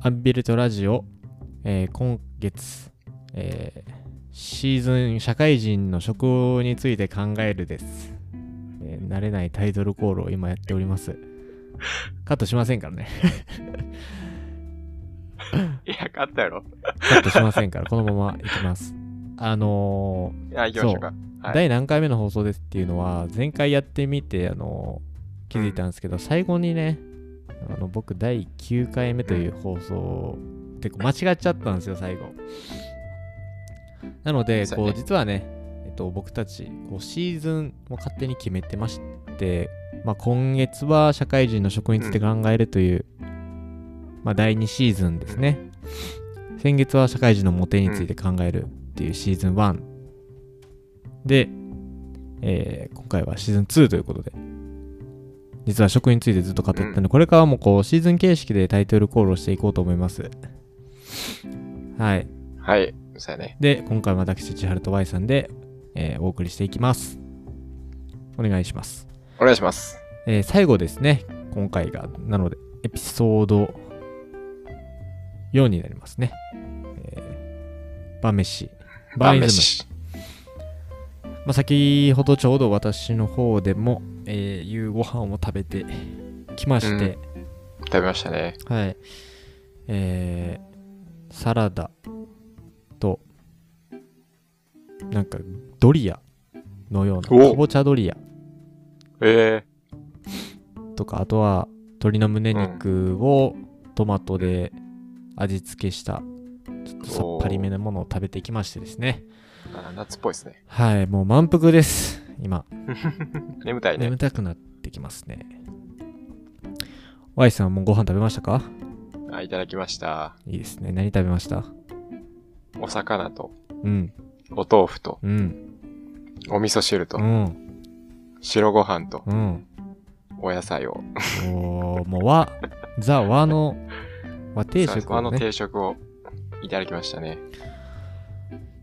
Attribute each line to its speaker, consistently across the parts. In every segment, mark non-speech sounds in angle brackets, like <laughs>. Speaker 1: アンビルトラジオ、えー今月、えーシーズン社会人の職について考えるです、えー慣れないタイトルコールを今やっておりますカットしませんからね
Speaker 2: いや、勝ったやろ。
Speaker 1: カットしませんからこのままいきますあのー
Speaker 2: いや、行きましょうか。はい
Speaker 1: 第何回目の放送ですっていうのは前回やってみてあの気づいたんですけど、最後にねあの僕第9回目という放送って間違っちゃったんですよ最後なので
Speaker 2: そう
Speaker 1: こ
Speaker 2: や
Speaker 1: う
Speaker 2: ね
Speaker 1: 実はね、えっと、僕たちこうシーズンも勝手に決めてまして、まあ、今月は社会人の職について考えるという、まあ、第2シーズンですね先月は社会人のモテについて考えるっていうシーズン1で、えー今回はシーズン2ということで実は食についてずっと語ってたので、これからもこうシーズン形式でタイトルコールをしていこうと思いますはい
Speaker 2: はい。そうやね。
Speaker 1: で今回も私千春と Y さんで、えーお送りしていきますお願いします
Speaker 2: お願いします。
Speaker 1: えー最後ですね、今回が。なので、エピソード4になりますね。えー、晩飯。晩飯
Speaker 2: 飯。
Speaker 1: まあ、先ほどちょうど私の方でも、えー夕ご飯を食べてきまして、
Speaker 2: 食べましたね。
Speaker 1: はい。えーサラダと、なんかドリアのような、
Speaker 2: お
Speaker 1: かぼちゃドリア
Speaker 2: え
Speaker 1: とかあとは鶏の胸肉をトマトで味付けしたちょっとさっぱりめなものを食べてきましてですね
Speaker 2: えー。あ夏っぽいですね。
Speaker 1: はいもう満腹です今
Speaker 2: 眠たいね
Speaker 1: 眠。たくなってきますね Y さんもご飯食べましたか
Speaker 2: あ、いただきました。
Speaker 1: いいですね何食べました
Speaker 2: お魚と、
Speaker 1: うん
Speaker 2: お豆腐と、
Speaker 1: うん
Speaker 2: お味噌汁と
Speaker 1: う、ん
Speaker 2: 白ご飯と、
Speaker 1: うん
Speaker 2: お野菜を。
Speaker 1: おーもう和 <laughs> ザ和の和定
Speaker 2: そうです
Speaker 1: 食
Speaker 2: あ
Speaker 1: を
Speaker 2: の
Speaker 1: ね
Speaker 2: 定食をいただきましたね。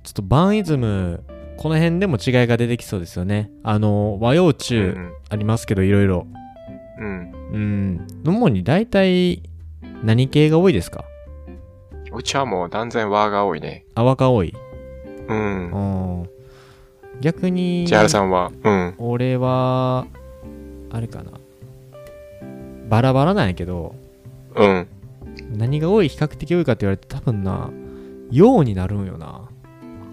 Speaker 1: ちょっとバンイズムこの辺でも違いが出てきそうですよねあの和洋
Speaker 2: う
Speaker 1: 中
Speaker 2: ん
Speaker 1: ありますけどいろいろ
Speaker 2: うん。うん。
Speaker 1: うん。主に大体何系が多いですか
Speaker 2: うちはもう断然和が多いね。
Speaker 1: 泡が多い。
Speaker 2: うん
Speaker 1: う。ん。逆に、
Speaker 2: 千春さんは、うん。
Speaker 1: 俺は、あれかな。バラバラなんやけど、
Speaker 2: うん。
Speaker 1: 何が多い、比較的多いかって言われて多分な、洋になるんよな。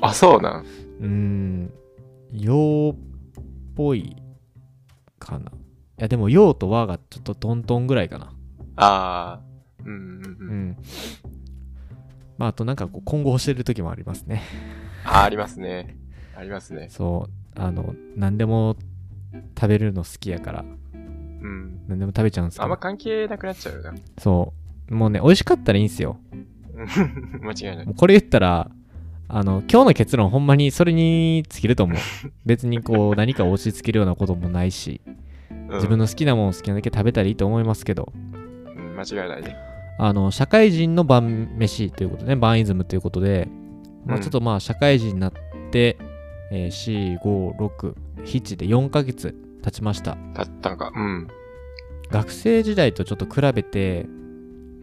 Speaker 2: あ、そうなん。
Speaker 1: うん。洋っぽいかな。いやでも洋と和がちょっとトントンぐらいかな。
Speaker 2: あー。うんうん
Speaker 1: う
Speaker 2: うん。
Speaker 1: ん。まああとなんかこう混合してる時もありますね。
Speaker 2: あ、ありますね。ありますね。
Speaker 1: そうあの何でも食べるの好きやから
Speaker 2: うん。
Speaker 1: 何でも食べちゃうんですけ
Speaker 2: あんま
Speaker 1: ど
Speaker 2: 関係なくなっちゃうよな。
Speaker 1: そうもうね美味しかったらいいんすよ
Speaker 2: <laughs> 間違いない。
Speaker 1: もうこれ言ったらあの今日の結論ほんまにそれに尽きると
Speaker 2: <laughs>
Speaker 1: 思う別にこう何かを押し付けるようなこともないし自分
Speaker 2: の、
Speaker 1: の好きなもの好きなだけ食べたらいいと思いますけど
Speaker 2: うん、間違いないね。
Speaker 1: あの社会人の晩飯ということねバンイズムということで、まあ、
Speaker 2: うん
Speaker 1: ちょっとまあ社会人になって、えー、4567で4ヶ月経ちました
Speaker 2: たったんか。うん。
Speaker 1: 学生時代とちょっと比べて、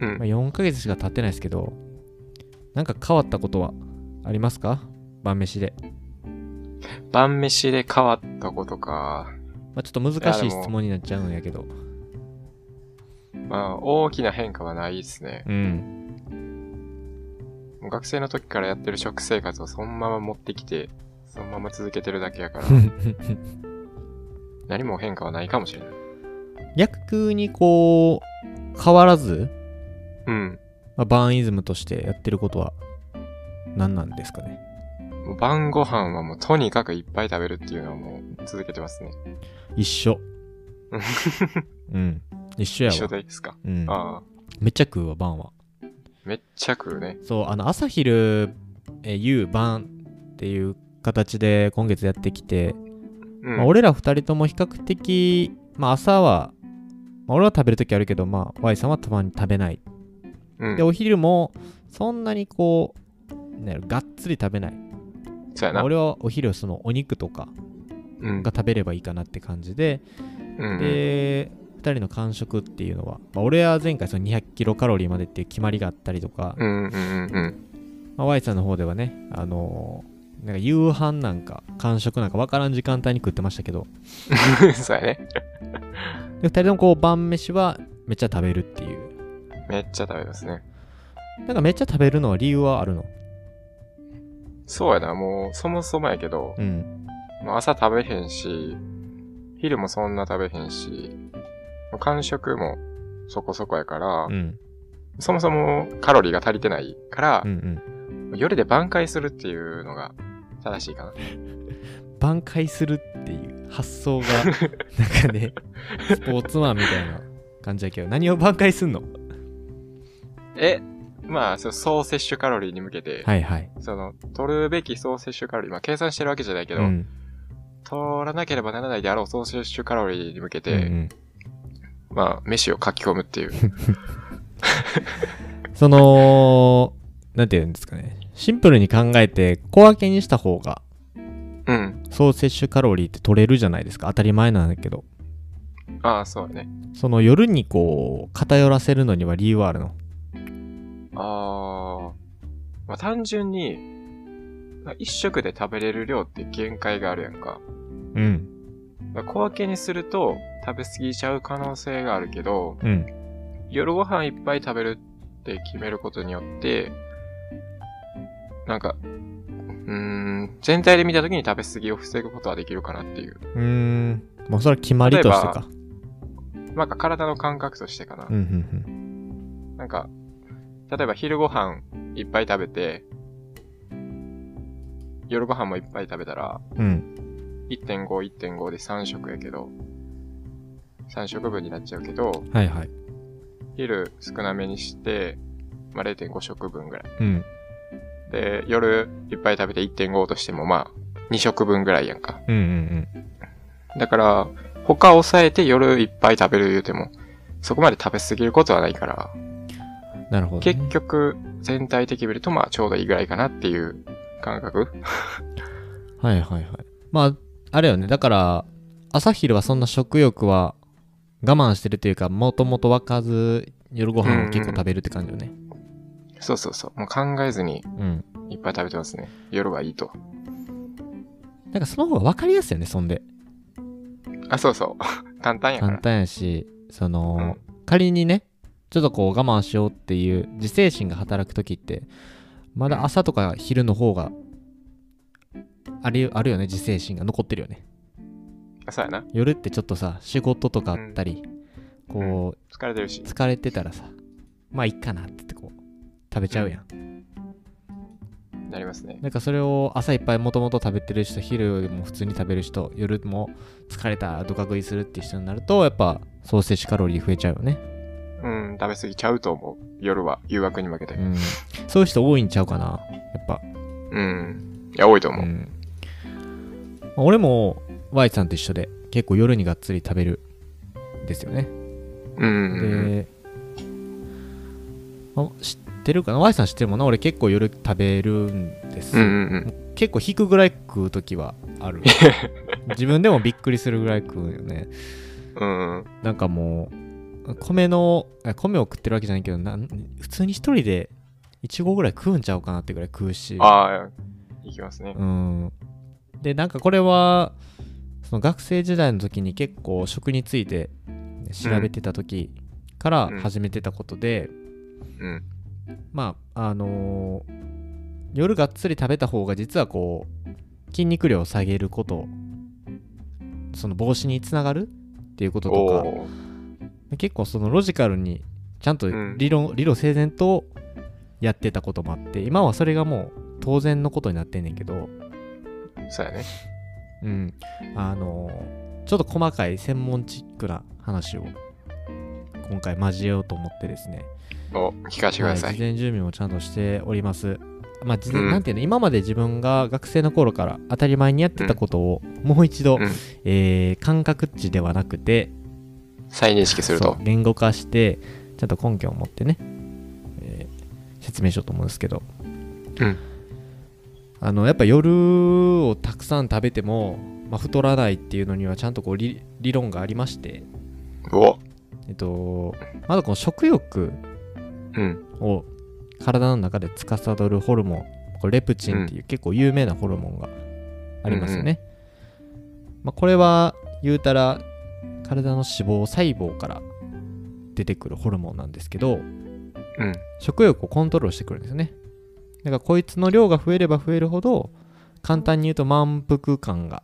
Speaker 2: う
Speaker 1: まあ、
Speaker 2: ん。
Speaker 1: 4ヶ月しか経ってないですけどなんか変わったことはありますか晩飯で、
Speaker 2: 晩飯で変わったことか。
Speaker 1: まあ、ちょっと難し
Speaker 2: いやで
Speaker 1: い
Speaker 2: も
Speaker 1: 質問になっちゃうんやけど
Speaker 2: まあ、大きな変化はないですね。
Speaker 1: うん
Speaker 2: もう学生の時からやってる食生活をそのまま持ってきて、そのまま続けてるだ
Speaker 1: <laughs>
Speaker 2: けやから、何も変化はないかもしれない。
Speaker 1: 逆にこう変わらず、
Speaker 2: うん。
Speaker 1: まあ、バーンイズムとしてやってることは何なんですかね
Speaker 2: もう晩ご飯はもうとにかくいっぱい食べるっていうのはもう続けてますね。
Speaker 1: 一
Speaker 2: <laughs>
Speaker 1: 緒う
Speaker 2: うん
Speaker 1: ん一緒や
Speaker 2: 一緒
Speaker 1: わ、
Speaker 2: でいいですか、
Speaker 1: うん、
Speaker 2: ああ。
Speaker 1: めっちゃ食うわ晩は
Speaker 2: めっちゃ食うね。
Speaker 1: そうあの朝昼、えー夕晩っていう形で今月やってきて
Speaker 2: うん。
Speaker 1: まあ、俺ら2人とも比較的、まあ、朝は、まあ、俺は食べるときあるけど、まあ、Y さんはたまに食べない。
Speaker 2: うん
Speaker 1: で、お昼も、そんなにこう、なんやろがっつり食べない。
Speaker 2: そうや
Speaker 1: まあ
Speaker 2: な。
Speaker 1: 俺はお昼、そのお肉とか
Speaker 2: うん
Speaker 1: が。食べればいいかなって感じで、
Speaker 2: うん
Speaker 1: で、 2人の感触っていうのは、まあ、俺は前回その200キロカロリーまでっていう決まりがあったりとか、
Speaker 2: うんうんうんうん。
Speaker 1: まあ、Y さんの方ではね、あのーなんか夕飯なんか間食なんかわからん時間帯に食ってましたけど
Speaker 2: <laughs> そうやね。
Speaker 1: で2人ともこう晩飯はめっちゃ食べるっていう
Speaker 2: めっちゃ食べますね。
Speaker 1: なんかめっちゃ食べるのは理由はあるの
Speaker 2: そうやな、もう、そもそもやけど、
Speaker 1: うん
Speaker 2: もう朝食べへんし、昼もそんな食べへんし、もう間食もそこそこやから、
Speaker 1: うん
Speaker 2: そもそもカロリーが足りてないから
Speaker 1: うんう、ん
Speaker 2: 夜で挽回するっていうのが正しいかな。
Speaker 1: 挽回するっていう発 <laughs> 想がなんかねスポーツマンみたいな感じだけど何を挽回すんの
Speaker 2: え、まあ、そう総摂取カロリーに向けて、
Speaker 1: はいはい
Speaker 2: その、取るべき総摂取カロリー、まあ計算してるわけじゃないけど、
Speaker 1: うん
Speaker 2: 取らなければならないであろう総摂取カロリーに向け
Speaker 1: う
Speaker 2: て、
Speaker 1: んうん
Speaker 2: まあ、飯を書き込むっていう。
Speaker 1: <laughs> そのなんていうんですかねシンプルに考えて小分けにした方が
Speaker 2: うん。
Speaker 1: 総摂取カロリーって取れるじゃないですか当たり前なんだけど
Speaker 2: ああ、そうね。
Speaker 1: その夜にこう偏らせるのには理由はあるの
Speaker 2: ああ。まあ、単純に、まあ一食で食べれる量って限界があるやんか。
Speaker 1: うん
Speaker 2: まあ小分けにすると食べ過ぎちゃう可能性があるけど、
Speaker 1: うん
Speaker 2: 夜ご飯いっぱい食べるって決めることによって、なんか、うーん、全体で見た時に食べ過ぎを防ぐことはできるかなっていう。
Speaker 1: うーんまあそれは決まりとしてか
Speaker 2: なんか体の感覚としてかな。
Speaker 1: うんうん
Speaker 2: なんか、例えば昼ご飯いっぱい食べて、夜ご飯もいっぱい食べたら、
Speaker 1: うんうん
Speaker 2: 1.5、1.5で3食やけど、3食分になっちゃうけど、
Speaker 1: はいはい
Speaker 2: 昼少なめにして、まあ、0.5食分ぐらい。
Speaker 1: うん
Speaker 2: で、夜いっぱい食べて1.5としてもまあ、2食分ぐらいやんか。
Speaker 1: うんうん
Speaker 2: だから、他抑えて夜いっぱい食べる言うても、そこまで食べ過ぎることはないから、
Speaker 1: うんなるほど、ね、
Speaker 2: 結局全体的見るとまあちょうどいいぐらいかなっていう感覚
Speaker 1: はいはいはいまああれよねだから朝昼はそんな食欲は我慢してるというかもともと湧かず夜ご飯を結構食べるって感じよね
Speaker 2: そうそうそう。もう考えずに
Speaker 1: うん
Speaker 2: いっぱい食べてますね。夜はいいと。
Speaker 1: なんかその方が分かりやすいよねそんで
Speaker 2: あ、そうそう。 <laughs> 簡単やか
Speaker 1: 簡
Speaker 2: ら。
Speaker 1: 単やしその、仮にねちょっとこう我慢しようっていう自制心が働く時ってまだ朝とか昼の方があれあるよね自制心が残ってるよね
Speaker 2: あそうやな。
Speaker 1: 夜ってちょっとさ仕事とかあったり、こ
Speaker 2: 疲れてるし
Speaker 1: う。疲れてたらさまあいっかなってってこう食べちゃうやん、
Speaker 2: なりますね。
Speaker 1: なんかそれを朝いっぱいもともと食べてる人昼も普通に食べる人夜も疲れたドカ食いするっていう人になるとやっぱ総摂取カロリー増えちゃうよね
Speaker 2: うん、食べ過ぎちゃうと思う。夜は誘惑に負けて
Speaker 1: う。ん、そういう人多いんちゃうかなやっぱ、
Speaker 2: うん。いや、多いと思
Speaker 1: う
Speaker 2: う。
Speaker 1: んまあ俺も Y さんと一緒で結構夜にがっつり食べるんですよね、
Speaker 2: うん。うん
Speaker 1: で、あ知ってるかな Y さん知ってるもんな俺結構夜食べるんです、
Speaker 2: うんうん。
Speaker 1: 結構引くぐらい食う時はあ
Speaker 2: <laughs>
Speaker 1: る自分でもびっくりするぐらい食うよね
Speaker 2: うんうん。
Speaker 1: なんかもう米のあ米を食ってるわけじゃないけどなん普通に一人でいちごぐらい食うんちゃうかなってぐらい食うし
Speaker 2: ああ、いきますね。
Speaker 1: うん、でなんかこれはその学生時代の時に結構食について調べてた時から
Speaker 2: うん
Speaker 1: 始めてたことで、
Speaker 2: うん。
Speaker 1: まああのー夜がっつり食べた方が実はこう筋肉量を下げることその防止につながるっていうこととか
Speaker 2: おー
Speaker 1: 結構そのロジカルにちゃんと
Speaker 2: うん
Speaker 1: 理論、理路整然とやってたこともあって今はそれがもう当然のことになってんねんけど、
Speaker 2: そうやね。
Speaker 1: うん、あのーちょっと細かい専門チックな話を今回交えようと思ってですね、
Speaker 2: お、聞かせてく
Speaker 1: は
Speaker 2: だ
Speaker 1: い、
Speaker 2: さ
Speaker 1: 事
Speaker 2: い。
Speaker 1: 前準備もちゃんとしております。まあ、事前
Speaker 2: うん
Speaker 1: なんていうの今まで自分が学生の頃から当たり前にやってたことをもう一度、
Speaker 2: うん
Speaker 1: えー感覚値ではなくて
Speaker 2: 再認識する
Speaker 1: そ
Speaker 2: と
Speaker 1: う。言語化してちゃんと根拠を持ってね、えー説明しようと思うんですけど、
Speaker 2: うん
Speaker 1: あのやっぱ夜をたくさん食べても、まあ、太らないっていうのにはちゃんとこう理理論がありまして
Speaker 2: お、
Speaker 1: とまずこの食欲
Speaker 2: うん。
Speaker 1: を体の中で司るホルモンこれレプチンっていう結構有名なホルモンがありますよね、まあ、これは言うたら体の脂肪細胞から出てくるホルモンなんですけど
Speaker 2: うん。
Speaker 1: 食欲をコントロールしてくるんですよねだからこいつの量が増えれば増えるほど簡単に言うと満腹感が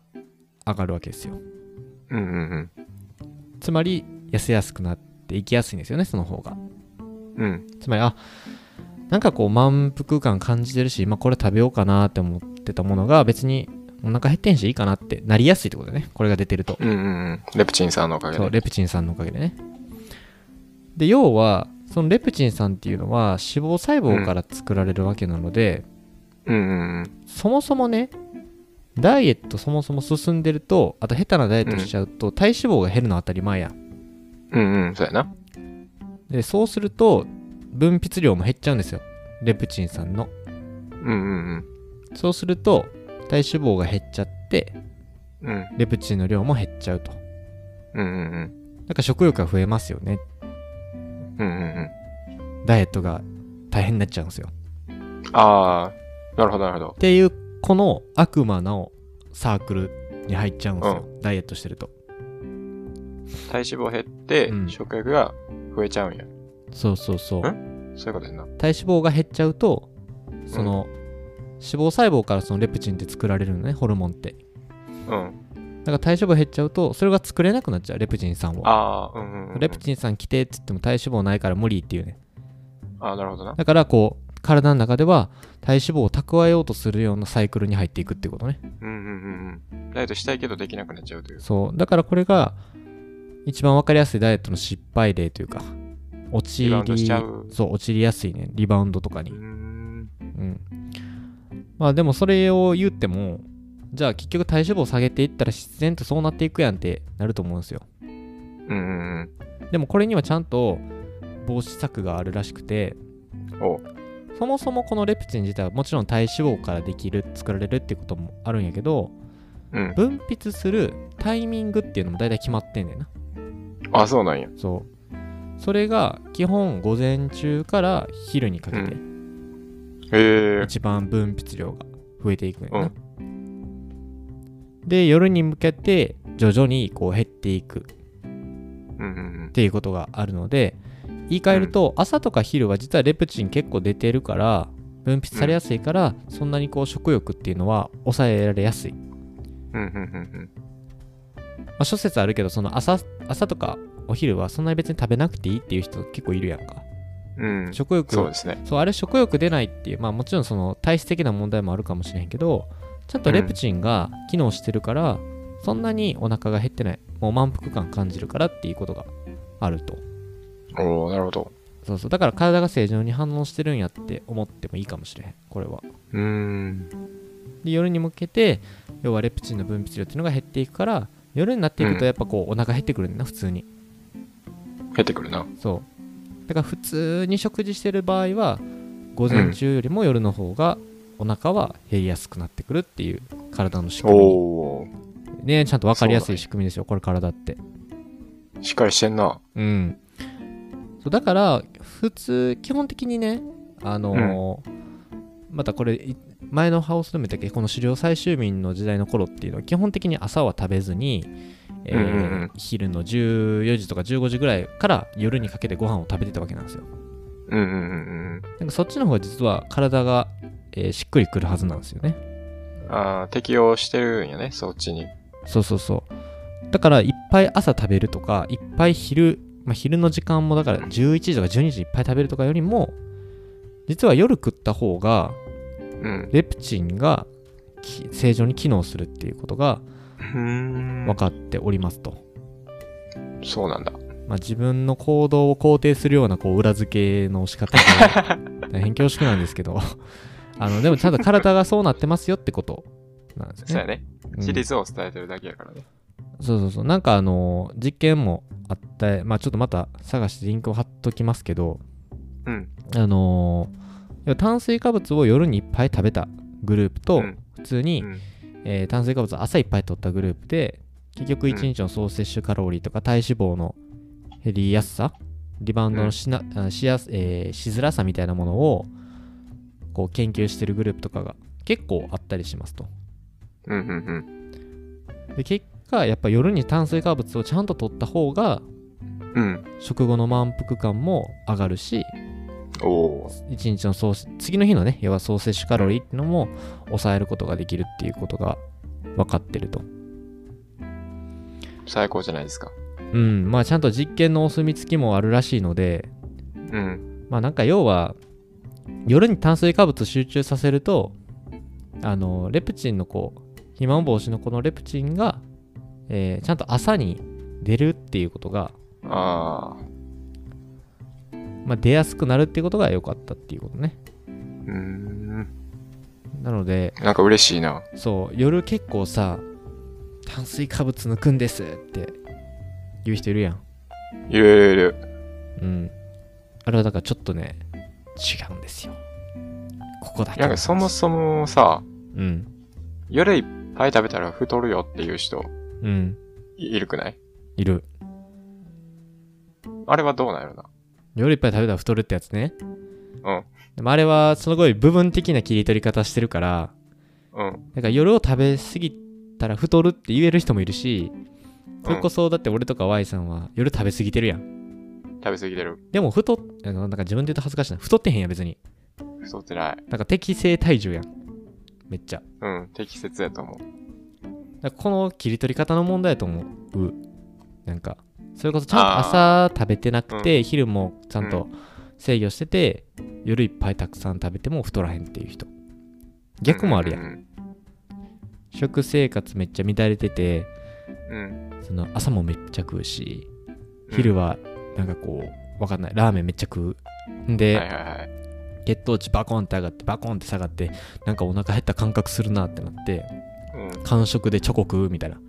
Speaker 1: 上がるわけですよ
Speaker 2: うんうん
Speaker 1: つまり痩せやすくなっていきやすいんですよねその方が
Speaker 2: うん。うん。
Speaker 1: つまりあなんかこう満腹感感じてるし今これ食べようかなって思ってたものが別にお腹減ってんしいいかなってなりやすいってことだねこれが出てると
Speaker 2: うんうんうん。レプチンさんのおかげ
Speaker 1: そう
Speaker 2: で。
Speaker 1: レプチンさんのおかげでねで要はそのレプチンさんっていうのは脂肪細胞から作られるわけなので、
Speaker 2: うんうんうん。
Speaker 1: そもそもねダイエットそもそも進んでるとあと下手なダイエットしちゃうと体脂肪が減るのは当たり前やん
Speaker 2: うんうん。そうやな。
Speaker 1: でそうすると分泌量も減っちゃうんですよレプチンさんの
Speaker 2: うんうん
Speaker 1: そうすると体脂肪が減っちゃって
Speaker 2: うん。うん
Speaker 1: レプチンの量も減っちゃうとだか
Speaker 2: うんうん
Speaker 1: ら食欲が増えますよね
Speaker 2: うん。うんうん
Speaker 1: ダイエットが大変になっちゃうんですよ
Speaker 2: うん。ああ、なるほどなるほど
Speaker 1: っ。ていうこの悪魔のサークルに入っちゃうんですよ、ダイエットしてると
Speaker 2: 体脂肪減って
Speaker 1: うん
Speaker 2: 食欲が増えちゃうんや。
Speaker 1: そうそうそうん
Speaker 2: そういうことやな。
Speaker 1: 体脂肪が減っちゃうとその、脂肪細胞からそのレプチンって作られるのねホルモンって
Speaker 2: うん。
Speaker 1: だから体脂肪減っちゃうとそれが作れなくなっちゃうレプチンさんを
Speaker 2: ああ、うんうんうん。
Speaker 1: レプチンさん来てっつっても体脂肪ないから無理っていうね
Speaker 2: ああ、なるほどな。
Speaker 1: だからこう体の中では体脂肪を蓄えようとするようなサイクルに入っていくってことね
Speaker 2: うんうんうんうん。ダイエットしたいけどできなくなっちゃうという。
Speaker 1: そうだからこれが一番わかりやすいダイエットの失敗例というか陥
Speaker 2: リバウンドし
Speaker 1: り
Speaker 2: ちゃう
Speaker 1: そう陥りやすいねリバウンドとかに
Speaker 2: うーん。
Speaker 1: うん、まあでもそれを言ってもじゃあ結局体脂肪を下げていったら自然とそうなっていくやんってなると思うんですよ
Speaker 2: うんうん
Speaker 1: でもこれにはちゃんと防止策があるらしくて
Speaker 2: うん。おう。
Speaker 1: そもそもこのレプチン自体はもちろん体脂肪からできる作られるっていうこともあるんやけど
Speaker 2: うん。
Speaker 1: 分泌するタイミングっていうのも大体決まってんねんな
Speaker 2: あ、そうなんや。
Speaker 1: そうそれが基本午前中から昼にかけ
Speaker 2: う
Speaker 1: て
Speaker 2: へえ。
Speaker 1: 一番分泌量が増えていくねん
Speaker 2: う
Speaker 1: な、
Speaker 2: ん
Speaker 1: で夜に向けて徐々にこう減っていくっ
Speaker 2: うんうん
Speaker 1: ていうことがあるので言い換えると朝とか昼は実はレプチン結構出てるから分泌されやすいからそんなにこう食欲っていうのは抑えられやすい、ま
Speaker 2: うん。うんうんうん
Speaker 1: あ、諸説あるけどその朝朝とかお昼はそんなに別に食べなくていいっていう人結構いるやんか
Speaker 2: うん。うん。
Speaker 1: 食欲
Speaker 2: そうですね。
Speaker 1: そうあれ食欲出ないっていうまあもちろんその体質的な問題もあるかもしれへんけどちゃんとレプチンが機能してるから、そんなにお腹が減ってないもう満腹感感じるからっていうことがあると
Speaker 2: おおなるほど。
Speaker 1: そうそうだから体が正常に反応してるんやって思ってもいいかもしれへんこれは
Speaker 2: うーん。
Speaker 1: で夜に向けて要はレプチンの分泌量っていうのが減っていくから夜になっていく
Speaker 2: う
Speaker 1: と
Speaker 2: ん
Speaker 1: やっぱこうお腹減ってくるんだな普通に
Speaker 2: 減ってくるな。
Speaker 1: そうだから普通に食事してる場合は午前中よりも夜の方がお腹は減りやすくなってくるっていう体の仕
Speaker 2: お
Speaker 1: 組み
Speaker 2: お
Speaker 1: ねちゃんと分かりやす
Speaker 2: そ
Speaker 1: い
Speaker 2: うだね
Speaker 1: 仕組みですよこれ体って
Speaker 2: しっかりしてんな。
Speaker 1: うんそうだから普通基本的にねあのーまたこれい前のハウスでも言ったっけこの狩猟採集民の時代の頃っていうのは基本的に朝は食べずに、えー
Speaker 2: うんうんうん
Speaker 1: 昼の14時とか15時ぐらいから夜にかけてご飯を食べてたわけなんですよ
Speaker 2: うんうんうん
Speaker 1: なんかそっちの方が実は体が、えーしっくりくるはずなんですよね。
Speaker 2: うん。ああ、適応してるんやね、そっちに。
Speaker 1: そうそうそう。だからいっぱい朝食べるとか、いっぱい昼、まあ、昼の時間もだから11時とか12時いっぱい食べるとかよりも、実は夜食った方が
Speaker 2: うん。
Speaker 1: レプチンがき正常に機能するっていうことが
Speaker 2: うーん
Speaker 1: 分。かっておりますと。
Speaker 2: そうなんだ。
Speaker 1: まあ、自分の行動を肯定するようなこう裏付けの仕方が大変恐縮なんですけどあのでもただ体がそうなってますよってことなんですね。
Speaker 2: そうやね。
Speaker 1: うん
Speaker 2: 事実を伝えてるだけやからね。
Speaker 1: そうそうそうなんかあのー実験もあってまあちょっとまた探してリンクを貼っときますけど
Speaker 2: うん。
Speaker 1: あのー炭水化物を夜にいっぱい食べたグループと、
Speaker 2: うん
Speaker 1: 普通に、
Speaker 2: うん
Speaker 1: えー炭水化物を朝いっぱい取ったグループで結局
Speaker 2: うん
Speaker 1: 1日の総摂取カロリーとか体脂肪の減りやすさリバウンドのしな、あしやすえーしづらさみたいなものをこう研究してるグループとかが結構あったりしますと。
Speaker 2: うんうん
Speaker 1: で結果やっぱ夜に炭水化物をちゃんと取った方が
Speaker 2: うん。うん。
Speaker 1: 食後の満腹感も上がるし
Speaker 2: おお。
Speaker 1: 一日の総次の日のね要は総摂取カロリーっていうのも抑えることができるっていうことが分かってると。
Speaker 2: 最高じゃないですか。
Speaker 1: うんまあちゃんと実験のお墨付きもあるらしいので
Speaker 2: うん。
Speaker 1: まあなんか要は夜に炭水化物集中させるとあのレプチンのこう肥満防止のこのレプチンが、えーちゃんと朝に出るっていうことが、
Speaker 2: ああ。
Speaker 1: まあ、出やすくなるっていうことが良かったっていうことね
Speaker 2: うーん。
Speaker 1: なので
Speaker 2: なんか嬉しいな。
Speaker 1: そう夜結構さ炭水化物抜くんですって言う人いるやん
Speaker 2: いるいるいる。
Speaker 1: うんあれはだからちょっとね違うんですよここだけ
Speaker 2: なんかそもそもさ、
Speaker 1: うん
Speaker 2: 夜いっぱい食べたら太るよっていう人
Speaker 1: うん
Speaker 2: いいるくない
Speaker 1: いる
Speaker 2: あれはどうなんやろな。
Speaker 1: 夜いっぱい食べたら太るってやつね
Speaker 2: うん
Speaker 1: でもあれはすごい部分的な切り取り方してるから
Speaker 2: うん。
Speaker 1: だから夜を食べ過ぎたら太るって言える人もいるしそれこ
Speaker 2: そ、
Speaker 1: そだって俺とか Y さんは夜食べ過ぎてるやん
Speaker 2: うん、食べ過ぎてる。
Speaker 1: でも太っあのなんか自分で言うと恥ずかしいな太ってへんやん別に
Speaker 2: 太ってない。
Speaker 1: なんか適正体重やんめっちゃ
Speaker 2: うん。適切やと思う。
Speaker 1: だからこの切り取り方の問題やと思うなんかそれこそちゃんと朝食べてなくて、昼もちゃんと制御してて、夜いっぱいたくさん食べても太らへんっていう人逆もあるやん、
Speaker 2: うんうん
Speaker 1: 食生活めっちゃ乱れてて
Speaker 2: うん。うん
Speaker 1: その朝もめっちゃ食うし
Speaker 2: うん
Speaker 1: 昼はなんかこうわかんないラーメンめっちゃ食うんで、
Speaker 2: はいはいはい。
Speaker 1: 血糖値バコンって上がってバコンって下がってなんかお腹減った感覚するなってなって
Speaker 2: うん。
Speaker 1: 間食でチョコ食うみたいな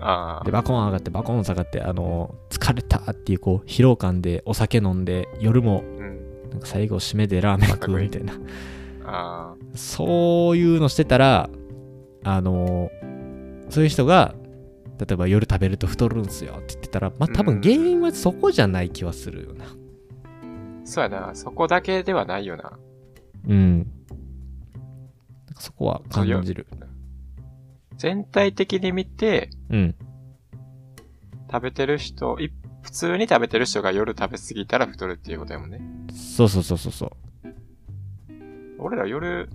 Speaker 2: あ
Speaker 1: でバコン上がってバコン下がってあのー疲れたっていうこう疲労感でお酒飲んで夜も
Speaker 2: あ。うん。
Speaker 1: なんか最後締めでラーメン食うみたいな
Speaker 2: あ
Speaker 1: そういうのしてたらあのーそういう人が例えば夜食べると太るんすよって言ってたらまあ多分原因はそこじゃない気はするよな
Speaker 2: あ。そうやな。そこだけではないよな。
Speaker 1: うんなんかそこは感じる
Speaker 2: 全体的に見て、
Speaker 1: うん
Speaker 2: 食べてる人、い普通に食べてる人が夜食べ過ぎたら太るっていうことやもんね。
Speaker 1: そうそうそうそうそう
Speaker 2: 俺ら夜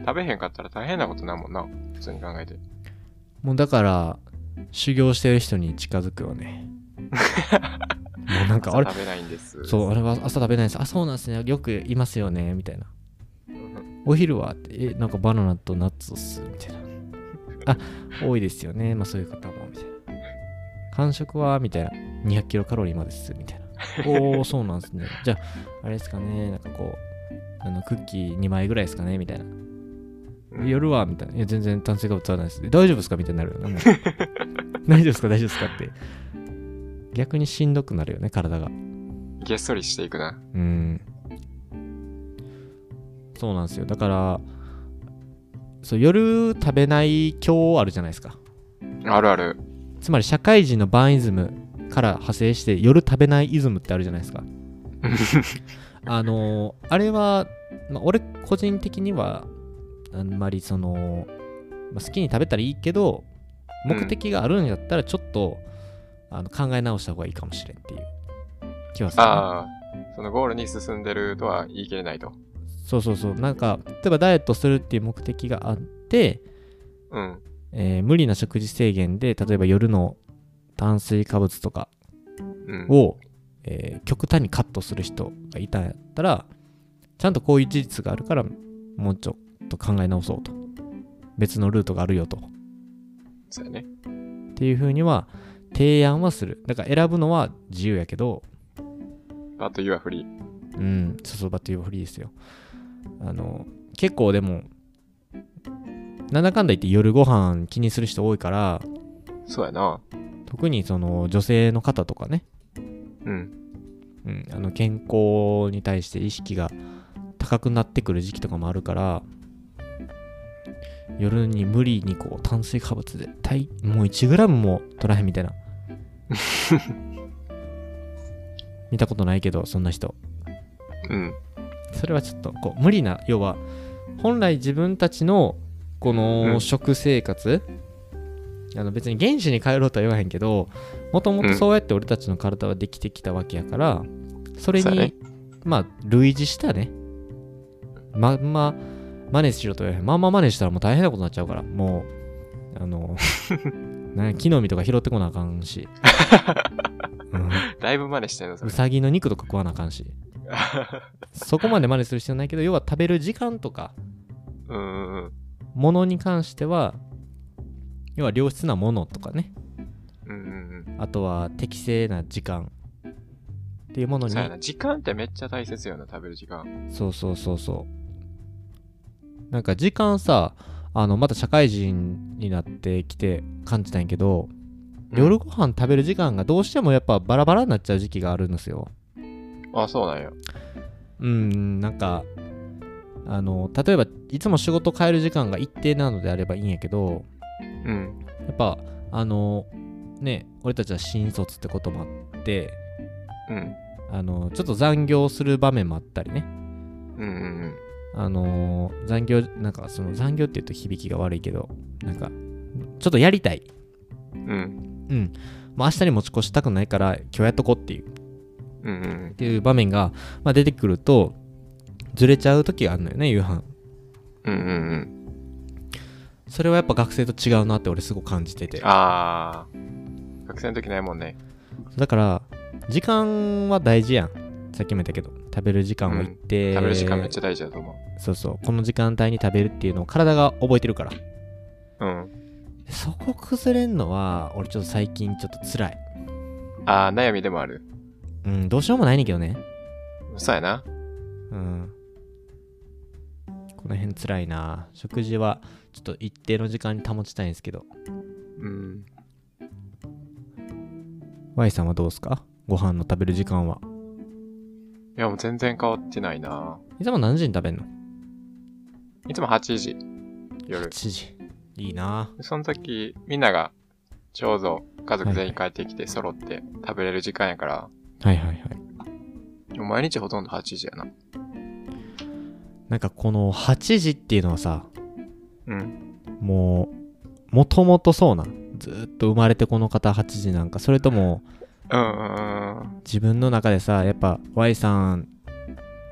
Speaker 2: 食べへんかったら大変なことなんもんな。普通に考えて。
Speaker 1: もうだから修行してる人に近づくよ <laughs> ねもうなんかあれ
Speaker 2: 朝食べないんです。
Speaker 1: そう、あれは朝食べないです。あ、そうなんですね。よくいますよね。みたいな。お昼はってえ、なんかバナナとナッツをすみたいな。あ、多いですよね。まあそういう方も。みたいな。完食はみたいな。200キロカロリーまでです。みたいな。おー、そうなんですね。 <laughs> じゃあ、あれですかね。なんかこう、あのクッキー2枚ぐらいですかね。みたいな。
Speaker 2: うん
Speaker 1: 夜はみたいな。いや、全然炭水化物はないです。大丈夫ですかみたいになるよな。もう大丈夫ですか大丈夫ですかって。逆にしんどくなるよね、体が。
Speaker 2: げっそりしていくな。
Speaker 1: うん。そうなんですよ。だから、そう夜食べない今日あるじゃないですか。
Speaker 2: あるある。
Speaker 1: つまり社会人のバンイズムから派生して夜食べないイズムってあるじゃないですか。あのーあれは、まあ、俺個人的にはあんまりその、まあ好きに食べたらいいけど目的があるんだったらちょっと、あの考え直した方がいいかもしれんっていう気はするね、
Speaker 2: ああ。そのゴールに進んでるとは言い切れないと。
Speaker 1: そうそうそうなんか例えばダイエットするっていう目的があって、
Speaker 2: うん。
Speaker 1: えー無理な食事制限で例えば夜の炭水化物とか
Speaker 2: うん。
Speaker 1: を、えー極端にカットする人がいたんやったらちゃんとこういう事実があるからもうちょっと考え直そうと別のルートがあるよとっ
Speaker 2: そうやね。
Speaker 1: ていうふうには提案はするだから選ぶのは自由やけど
Speaker 2: あと You are free。
Speaker 1: うん、そうそうバッティーフリーですよ。あの、結構でも、なんだかんだ言って夜ご飯気にする人多いから、
Speaker 2: そうやな。
Speaker 1: 特にその女性の方とかね、
Speaker 2: うん。
Speaker 1: うん、あの健康に対して意識が高くなってくる時期とかもあるから、夜に無理にこう炭水化物絶対もう 1g も取らへんみたいな見たことないけどそんな人
Speaker 2: うん。
Speaker 1: それはちょっとこう無理な要は本来自分たちのこ
Speaker 2: う
Speaker 1: の
Speaker 2: ん
Speaker 1: 食生活、あの別に原始に帰ろうとは言わへんけどもともとそうやって俺たちの体はできてきたわけやからそれ
Speaker 2: そう
Speaker 1: に、
Speaker 2: やね
Speaker 1: まあ類似したねまんま真似しろとは言わへんまんま真似したらもう大変なことになっちゃうからもうあ
Speaker 2: <laughs>
Speaker 1: のなんや木の実とか拾ってこなあかんし、うん
Speaker 2: だいぶ真似してんの、そうれ。
Speaker 1: さぎの肉とか食わなあかん
Speaker 2: <laughs>
Speaker 1: しそこまで真似する必要ないけど要は食べる時間とか
Speaker 2: うんうん
Speaker 1: ものに関しては要は良質なものとかね
Speaker 2: うん。うんうん
Speaker 1: あとは適正な時間っていうも
Speaker 2: う
Speaker 1: の
Speaker 2: ん。
Speaker 1: に
Speaker 2: そうやな。時間ってめっちゃ大切よな、食べる時間。
Speaker 1: そうそうそうそうなんか時間さあのまた社会人になってきて感じたんやけど夜ご飯食べる時間がどうしてもやっぱバラバラになっちゃう時期があるんですよ
Speaker 2: あ、そうなんや。
Speaker 1: うんなんかあの例えばいつも仕事帰る時間が一定なのであればいいんやけど
Speaker 2: うん。
Speaker 1: やっぱあのね俺たちは新卒ってこともあって
Speaker 2: うん。
Speaker 1: あのちょっと残業する場面もあったりね
Speaker 2: うんうん
Speaker 1: あの残業なんかその残業って言うと響きが悪いけどなんかちょっとやりたい
Speaker 2: うん。うん。
Speaker 1: うんもう明日に持ち越したくないから今日やっとこうっていう
Speaker 2: うんうん
Speaker 1: っていう場面が、まあ、出てくるとずれちゃう時があるのよね夕飯
Speaker 2: うん。うんうんうん。
Speaker 1: それはやっぱ学生と違うなって俺すごく感じてて
Speaker 2: あー。学生の時ないもんね。
Speaker 1: だから時間は大事やんさっきも言ったけど食べる時間を言って、
Speaker 2: 食べる時間めっちゃ大事だと思
Speaker 1: そうそうこの時間帯に食べるっていうのを体が覚えてるから
Speaker 2: う。うん。
Speaker 1: そこ崩れんのは俺ちょっと最近ちょっと辛い
Speaker 2: あー、悩みでもある。
Speaker 1: うんどうしようもないねんけどね
Speaker 2: そうやな。
Speaker 1: うんこの辺辛いな食事はちょっと一定の時間に保ちたいんですけど
Speaker 2: うん。
Speaker 1: Y さんはどうですかご飯の食べる時間はい
Speaker 2: や、もう全然変わってないな。
Speaker 1: いつも何時に食べんの
Speaker 2: いつも8時。夜。
Speaker 1: 7時いいな
Speaker 2: その時、みんなが、ちょうど家族全員帰ってきて揃って食べれる時間やから、
Speaker 1: はいはいはい
Speaker 2: もう毎日ほとんど8時やな。
Speaker 1: なんかこの8時っていうのはさ
Speaker 2: うん。
Speaker 1: もう、もともとそうなんずーっと生まれてこの方8時なんか、それとも
Speaker 2: うんうんうん。
Speaker 1: 自分の中でさ、やっぱ Y さん、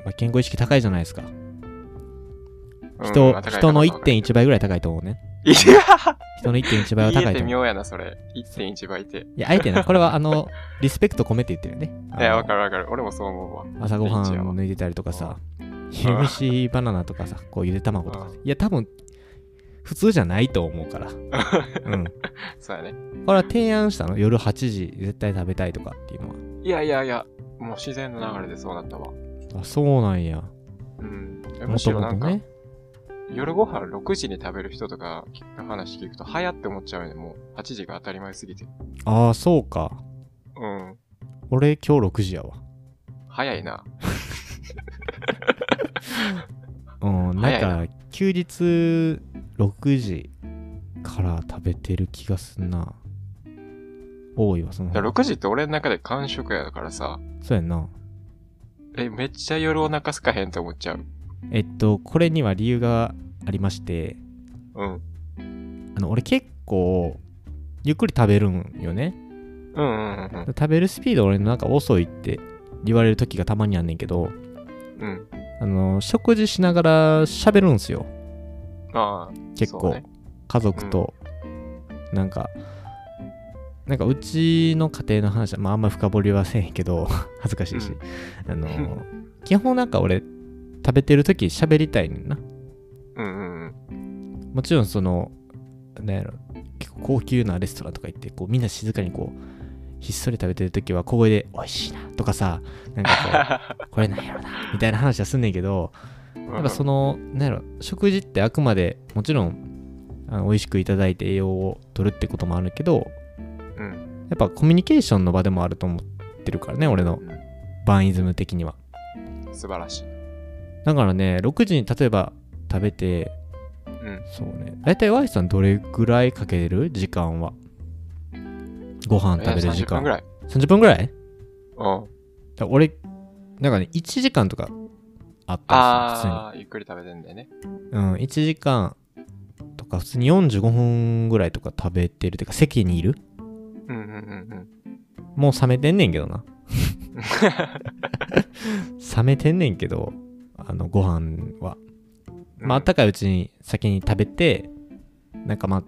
Speaker 1: まあ、健康意識高いじゃないですか。
Speaker 2: うん
Speaker 1: 人、
Speaker 2: まあ高い
Speaker 1: 人の
Speaker 2: 高い
Speaker 1: 1.1倍ぐらい高いと思うね。
Speaker 2: いや
Speaker 1: 人の1.1倍は高
Speaker 2: 言
Speaker 1: いと
Speaker 2: えて
Speaker 1: 思う。
Speaker 2: 妙やな、それ。1.1倍って。
Speaker 1: いや、あえてな、これはあの、リスペクト込めて言ってるよね。
Speaker 2: いや、わ
Speaker 1: る。
Speaker 2: かるわかる。俺もそう思うわ。
Speaker 1: 朝ごは
Speaker 2: 1.1
Speaker 1: ん
Speaker 2: や
Speaker 1: を
Speaker 2: わ
Speaker 1: 抜いてたりとかさ、昼飯バナナとかさ、こうゆで卵とか
Speaker 2: う。
Speaker 1: いや、多分、普通じゃないと思う
Speaker 2: <laughs>
Speaker 1: から。うん。
Speaker 2: そうやね。
Speaker 1: これは提案したの夜8時絶対食べたいとかっていうの
Speaker 2: いやいやいや、もう自然の流れでそうなったわ。
Speaker 1: は。あ、そうなんや。
Speaker 2: うん。えむ
Speaker 1: も
Speaker 2: し
Speaker 1: と
Speaker 2: ろな
Speaker 1: も
Speaker 2: ん
Speaker 1: と
Speaker 2: か、
Speaker 1: ね。
Speaker 2: 夜ご飯6時に食べる人とかの話聞くと、早って思っちゃうよね。もう8時が当たり前すぎて。
Speaker 1: ああ、そうか。
Speaker 2: うん。
Speaker 1: 俺今日6時やわ。
Speaker 2: 早いな。
Speaker 1: うん、なん
Speaker 2: 早
Speaker 1: か休日6時から食べてる気がすんな。多いわ、その
Speaker 2: だから
Speaker 1: 方。
Speaker 2: 6時って俺の中で完食やだからさ、
Speaker 1: そうやんな。
Speaker 2: え、めっちゃ夜お腹すかへんって思っちゃう。
Speaker 1: えっと、これには理由がありまして、
Speaker 2: うん。
Speaker 1: あの、俺結構、ゆっくり食べるんよね。
Speaker 2: うんうんうん
Speaker 1: 食べるスピード俺なんか遅いって言われる時がたまにあんねんけど、
Speaker 2: うん。うん。
Speaker 1: あの、食事しながら喋るんすよ。
Speaker 2: ああ。
Speaker 1: 結構、
Speaker 2: そうね
Speaker 1: 家族と、なんかなんかうちの家庭の話は、まあ、あんま深掘りはせえへんけど <laughs> 恥ずかしいし、あのー基本なんか俺食べてる時喋りたいねんな
Speaker 2: うんうんうん。
Speaker 1: もちろんそのなんやろ結構高級なレストランとか行ってこうみんな静かにこうひっそり食べてる時は小声で「美味しいな」とかさなんかこう「これなんやろな」みたいな話はすんねんけどやっぱそ
Speaker 2: の、
Speaker 1: の、なんやろ、食事ってあくまでもちろんあの美味しくいただいて栄養を取るってこともあるけど、
Speaker 2: うん。
Speaker 1: やっぱコミュニケーションの場でもあると思ってるからね、俺のバンイズム的には。
Speaker 2: 素晴らしい。
Speaker 1: だからね、6時に例えば食べて、
Speaker 2: うん。
Speaker 1: そうね、だいたい Y さんどれぐらいかける時間は。ご飯食べる時
Speaker 2: えー30分
Speaker 1: 間。
Speaker 2: ぐらい。
Speaker 1: 30分ぐらい
Speaker 2: うん。
Speaker 1: だ俺、なんかね、1時間とかあったんですよ、
Speaker 2: あー、ゆっくり食べてんだよね。
Speaker 1: 普通に。うん、1時間とか、普通に45分ぐらいとか食べてるてか、席にいる
Speaker 2: うんうんうん
Speaker 1: もう冷めてんねんけど
Speaker 2: <laughs>
Speaker 1: な。冷めてんねんけど、あの、ご飯は。
Speaker 2: うん。
Speaker 1: まあ、あったかいうちに先に食べて、なんかまあ、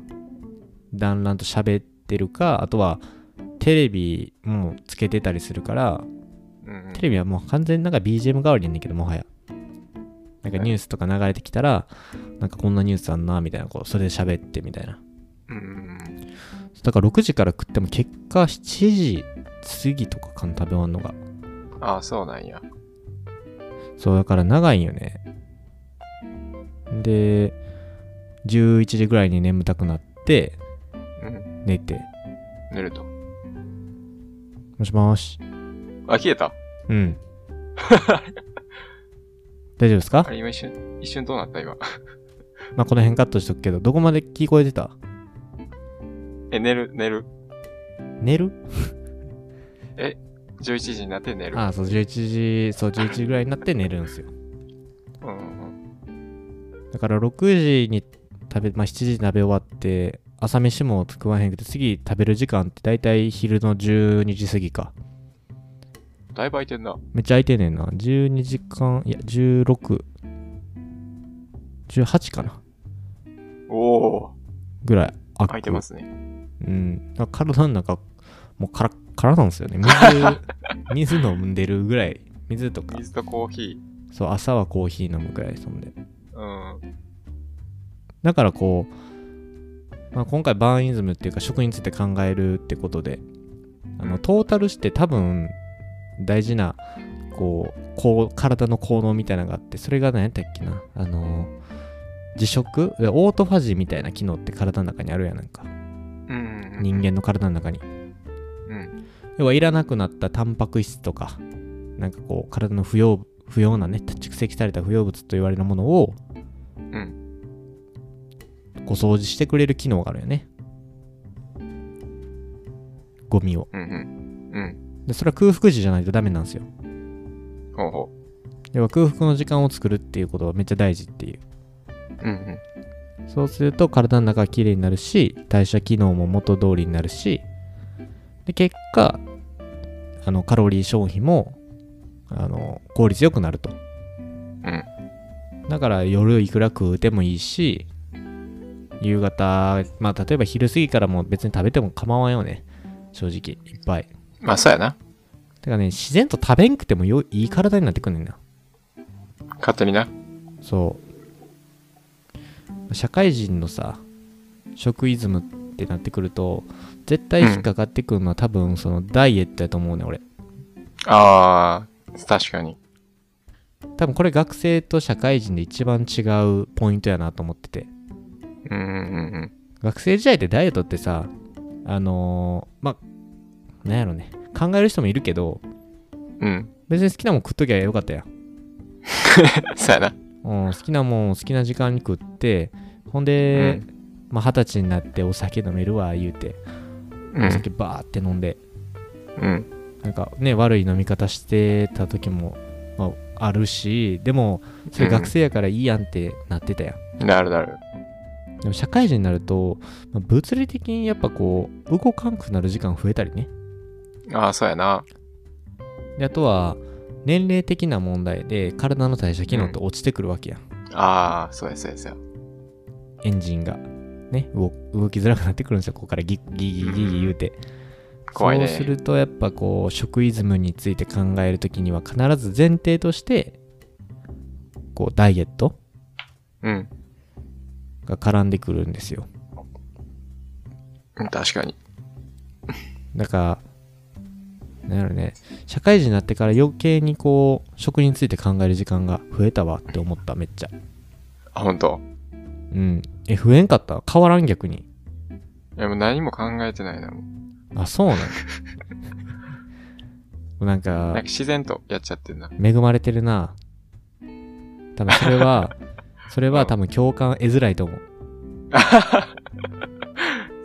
Speaker 1: だんだんと喋ってるか、あとは、テレビもつけてたりするから、
Speaker 2: うんうん
Speaker 1: テレビはもう完全になんか BGM 代わりにんねんけど、もはや。なんかニュースとか流れてきたら、なんかこんなニュースあんな、みたいな、こう、それで喋ってみたいな。
Speaker 2: うんうん
Speaker 1: だから6時から食っても結果7時過ぎとかかん食べ終わんのが。
Speaker 2: うん。ああ、そうなんや。
Speaker 1: そう、だから長いんよね。で、11時ぐらいに眠たくなって、
Speaker 2: うん。
Speaker 1: 寝て、
Speaker 2: 寝ると。
Speaker 1: もしもーし。
Speaker 2: あ、消えた
Speaker 1: うん。 <laughs> 大丈夫ですか
Speaker 2: あれ、今一瞬、一瞬どうなった今。
Speaker 1: まあ、この辺カットしとくけど、どこまで聞こえてた
Speaker 2: え、寝る、寝る。
Speaker 1: 寝る
Speaker 2: 11時になって寝る。
Speaker 1: ああ、そう、11時、そう、11時ぐらいになって寝るんですよ。
Speaker 2: うんうん
Speaker 1: だから6時に食べ、まあ、7時に食べ終わって、朝飯も食わへんくて、次食べる時間って大体昼の12時過ぎか。
Speaker 2: うん。だいぶ空いてんな。
Speaker 1: めっちゃ空いてんねんな。12時間、いや、16、18かな
Speaker 2: おお、
Speaker 1: ぐらい空く
Speaker 2: 空いてま。すね。
Speaker 1: うん。だから体の中、もうカラッカラなんですよね。水、水
Speaker 2: <laughs>
Speaker 1: 飲んでるぐらい。水とか。
Speaker 2: 水とコーヒ
Speaker 1: そう、朝はコーヒー飲むぐらいですもんで。
Speaker 2: ー。うん。
Speaker 1: だからこう、まあ、今回バーンイズムっていうか食について考えるってことであ
Speaker 2: う
Speaker 1: の
Speaker 2: ん
Speaker 1: トータルして多分大事なこうこう体の効能みたいなのがあってそれが何やったっけなあの自食いやオートファジーみたいな機能って体の中にあるやんなんか
Speaker 2: うんうん。
Speaker 1: 人間。の体の中に
Speaker 2: うん。
Speaker 1: 要はいらなくなったタンパク質とかなんかこう体の不要不要なね蓄積された不要物と言われるものを
Speaker 2: うん。
Speaker 1: こう掃除してくれる機能があるよねゴミを
Speaker 2: うんうん。うん。
Speaker 1: でそれは空腹時じゃないとダメなんですよ
Speaker 2: ほうほ
Speaker 1: 要は空腹の時間を作るっていうことはめっちゃ大事っていう
Speaker 2: う。うん
Speaker 1: そうすると体の中がきれいになるし代謝機能も元通りになるしで結果あのカロリー消費もあの効率よくなると
Speaker 2: うん。うん。
Speaker 1: だから夜いくら食うてもいいし夕方まあ例えば昼過ぎからも別に食べても構わんよね正直いっぱい
Speaker 2: まあ、そうやな。
Speaker 1: てかね、自然と食べんくてもよいい体になってくんねんな。
Speaker 2: 勝手にな。
Speaker 1: そう。社会人のさ、食イズムってなってくると、絶対引っかかってくるのは、多分そのダイエットやと思うね、俺。
Speaker 2: ああ、確かに。
Speaker 1: 多分これ学生と社会人で一番違うポイントやなと思ってて。
Speaker 2: うんうんうん
Speaker 1: 学生時代ってダイエットってさ、あのー、まあ、なんやろね。考える人もいるけど、
Speaker 2: うん。うん。
Speaker 1: 別に好きなもん食っときゃよかったやん
Speaker 2: そうやな。
Speaker 1: うん、好きなもん好きな時間に食ってほんで、まあ、二十歳になってお酒飲めるわ言うて
Speaker 2: う
Speaker 1: お
Speaker 2: ん。
Speaker 1: 酒バーって飲んで、
Speaker 2: うん。
Speaker 1: なんかね悪い飲み方してた時も、まあ、あるしでもそれ学生やからいいやんってなってたやん、
Speaker 2: なるなる。
Speaker 1: でも社会人になると、まあ物理的にやっぱこう動かんくなる時間増えたりね
Speaker 2: ああ、そうやな。
Speaker 1: であとは年齢的な問題で体の代謝機能って落ちてくるわけやん、
Speaker 2: ああ、そうやそうやそうや。
Speaker 1: エンジンがね動動きづらくなってくるんですよここからギッギギギギギ言うて
Speaker 2: 怖いね。
Speaker 1: そうするとやっぱこう食イズムについて考えるときには必ず前提としてこうダイエット
Speaker 2: うん。
Speaker 1: が絡んでくるんですよ
Speaker 2: うん確かに。
Speaker 1: だからなんやろね社会人になってから余計にこう食について考える時間が増えたわって思っためっちゃ
Speaker 2: あ、ほんと。
Speaker 1: うんえ増えんかった変わらん逆に
Speaker 2: いや、もう何も考えてないな。もう
Speaker 1: あそうなん <laughs> なん
Speaker 2: なん
Speaker 1: か
Speaker 2: か自然とやっちゃってんな。
Speaker 1: 恵まれてるな多分それ <laughs> はそれは多分共感得づらいと思う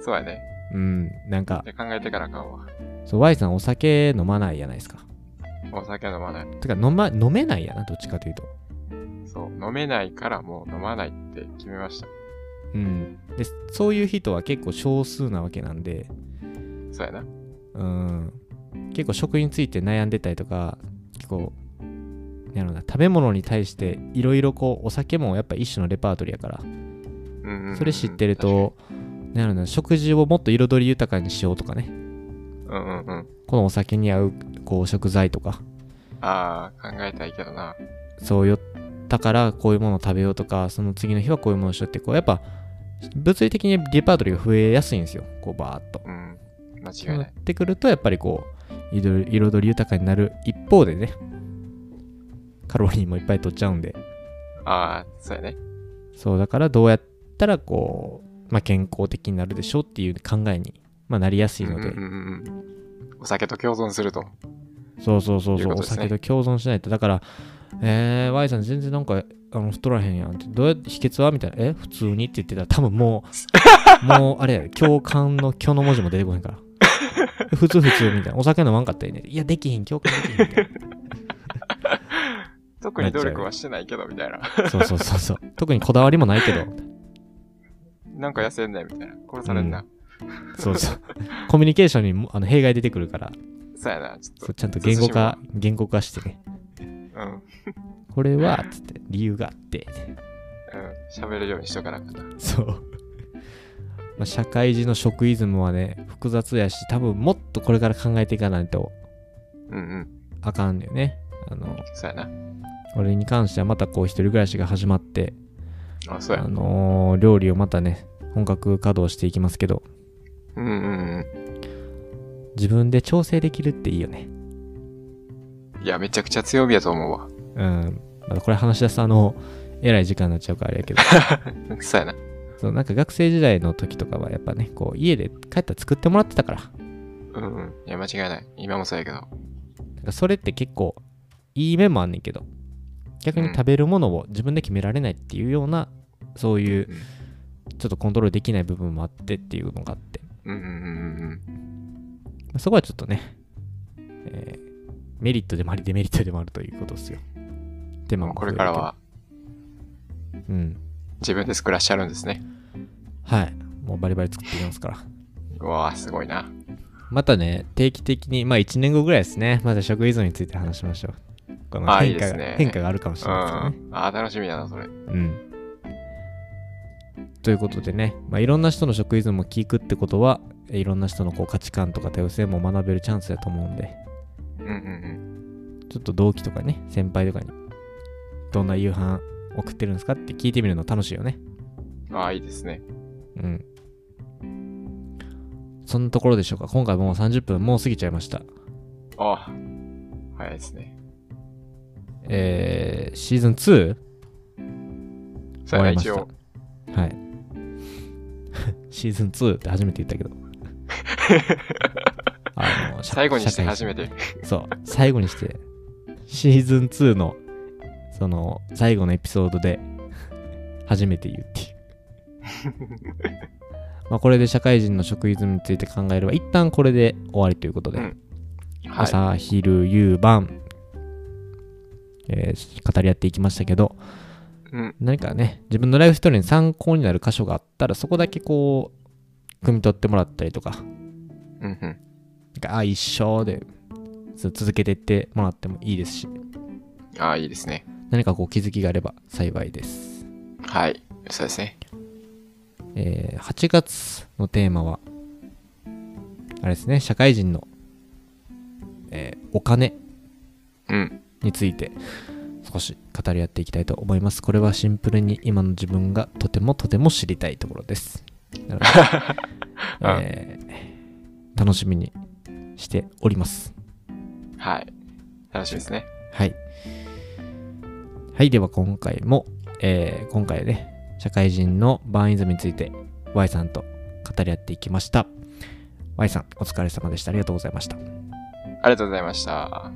Speaker 2: そうやね。
Speaker 1: うん、なんか、
Speaker 2: で考えてから買おうわ。
Speaker 1: そう Y さんお酒飲まないじゃないですか。
Speaker 2: お酒は飲まない。
Speaker 1: てか飲ま飲めないやなどっちかというと
Speaker 2: そう、飲めないからもう飲まないって決めました。
Speaker 1: うんでそういう人は結構少数なわけなんで
Speaker 2: そうやな。
Speaker 1: うん結構食について悩んでたりとか結構なんやろな食べ物に対していろいろこうお酒もやっぱ一種のレパートリーやから
Speaker 2: うんうんうんうん
Speaker 1: それ知ってる。と、なんやろな、食事をもっと彩り豊かにしようとかね。
Speaker 2: 確かにうんうんうん。
Speaker 1: このお酒に合う、こう、食材とか、
Speaker 2: ああ、考えたいけどな。
Speaker 1: そうよったから、こういうものを食べようとか、その次の日はこういうものをしようって、こう、やっぱ、物理的にレパートリーが増えやすいんですよ。こう、バーっと。
Speaker 2: うん。間
Speaker 1: そう
Speaker 2: 違い
Speaker 1: な
Speaker 2: な
Speaker 1: っ
Speaker 2: い。
Speaker 1: てくると、やっぱりこう、彩り彩り豊かになる一方でね、カロリーもいっぱい取っちゃうんで、
Speaker 2: ああ、そうやね。
Speaker 1: そう、だからどうやったら、こう、まあ、健康的になるでしょうっていう考えに、まあ、なりやすいので
Speaker 2: うん、うんうんうんお酒と共存すると。
Speaker 1: そうそうそう
Speaker 2: とい
Speaker 1: そうう、
Speaker 2: こと
Speaker 1: お
Speaker 2: ですね
Speaker 1: 酒と共存しないと。だから、えー、Y さん全然なんかあの太らへんやんって、どうやって秘訣はみたいな、え、普通にって言ってたら、多分も
Speaker 2: <laughs>
Speaker 1: う、もうあれや、共感の虚の文字も出てこへんから。 <laughs> 普通普通みたいな。お酒飲まんかったよね。いや、できへん、共感できへんみたい
Speaker 2: 特に努力はしてないけど、みたいな。 <laughs>
Speaker 1: な。そうそうそうそう。特にこだわりもないけど。
Speaker 2: なんか痩せんねみたいな。殺されんな。
Speaker 1: そうそう。コミュニケーションにもあの弊害出てくるから、
Speaker 2: そうやな。ちょっ
Speaker 1: そう
Speaker 2: と。
Speaker 1: ちゃんと言語化、言語化してね。
Speaker 2: うん。うん。
Speaker 1: これは、つって、理由があって。
Speaker 2: 喋れるようにしとかなかった。
Speaker 1: そう。 <laughs> まあ、社会人の食イズムはね、複雑やし、多分もっとこれから考えていかないと
Speaker 2: うんうん。
Speaker 1: あかんのよね。あの、
Speaker 2: そうや
Speaker 1: 俺に関してはまたこう一人暮らしが始まって、
Speaker 2: な。あ、そうや
Speaker 1: あ。のー料理をまたね、本格稼働していきますけど、
Speaker 2: うんうん
Speaker 1: 自分で調整できるっていいよね。
Speaker 2: うん。いや、めちゃくちゃ強火やと思うわ。
Speaker 1: うん。まだこれ話し出すとあの、えらい時間になっちゃうからあれやけど、
Speaker 2: そうやな。
Speaker 1: そうなんか学生時代の時とかはやっぱね、こう家で帰ったら作ってもらってたから、
Speaker 2: うんうん。いや、間違いない。今もそうやけど。
Speaker 1: なんかそれって結構いい面もあんねんけど逆に食べるものを自分で決められないっていうような、そういう
Speaker 2: うん
Speaker 1: ちょっとコントロールできない部分もあってっていうのがあって
Speaker 2: うんうんうん
Speaker 1: まあそこはちょっとね、えーメリットでもありデメリットでもあるということですよ手間
Speaker 2: うん。も
Speaker 1: も
Speaker 2: うこれからは
Speaker 1: うん
Speaker 2: 自分で作らっしゃるんですね。
Speaker 1: はいもうバリバリ作っていきますから
Speaker 2: うわぁ、すごいな。
Speaker 1: またね定期的にまあ1年後ぐらいですねまた食依存について話しましょうこの
Speaker 2: あい
Speaker 1: 変
Speaker 2: い
Speaker 1: 化
Speaker 2: です
Speaker 1: が、
Speaker 2: ね
Speaker 1: 変化があるかもし
Speaker 2: う
Speaker 1: れないですからね
Speaker 2: ん。ああ、楽しみだな、それ。
Speaker 1: うん。ということでね、まあ、いろんな人の食依存も聞くってことは、えいろんな人のこう価値観とか多様性も学べるチャンスだと思うんで、
Speaker 2: うんうん
Speaker 1: ちょっと同期とかね、先輩とかに、どんな夕飯送ってるんですかって聞いてみるの楽しいよね。
Speaker 2: うん。ああ、いいですね。
Speaker 1: うん。そんなところでしょうか。今回もう30分もう過ぎちゃいました。
Speaker 2: ああ、早いですね。
Speaker 1: えー、シーズン 2?
Speaker 2: そうやな、
Speaker 1: 終わりまし
Speaker 2: 一
Speaker 1: た
Speaker 2: 応。
Speaker 1: はい。 <laughs> シーズン2って初めて言った
Speaker 2: <laughs>
Speaker 1: けど。あの社
Speaker 2: 最後にして
Speaker 1: 社会人
Speaker 2: 初めて。
Speaker 1: そう、最後にして、シーズン2の、その、最後のエピソードで、初めて言うって
Speaker 2: <laughs>
Speaker 1: いう。まあこれで社会人の食イズムについて考えれば、一旦これで終わりということで、
Speaker 2: うんはい。
Speaker 1: 朝、昼、夕、晩、えー語り合っていきましたけど、
Speaker 2: うん。
Speaker 1: 何かね、自分のライフストーリーに参考になる箇所があったら、そこだけこう、汲み取ってもらったりとか、
Speaker 2: うんうん。
Speaker 1: なんかあ、一生で、そう続けていってもらってもいいですし、
Speaker 2: ああ、いいですね。
Speaker 1: 何かこう気づきがあれば幸いです。
Speaker 2: はい。そうですね。
Speaker 1: えー8月のテーマは、あれですね、社会人の、えーお金
Speaker 2: うん。
Speaker 1: について少し語り合っていきたいと思います。これはシンプルに今の自分がとてもとても知りたいところです。なのでえー楽しみにしております。
Speaker 2: はい。楽しみですね。
Speaker 1: はい。はい、では今回も、えー今回ね、社会人のバーンイズムについて Y さんと語り合っていきました。Y さん、お疲れ様でした。ありがとうございました。
Speaker 2: ありがとうございました。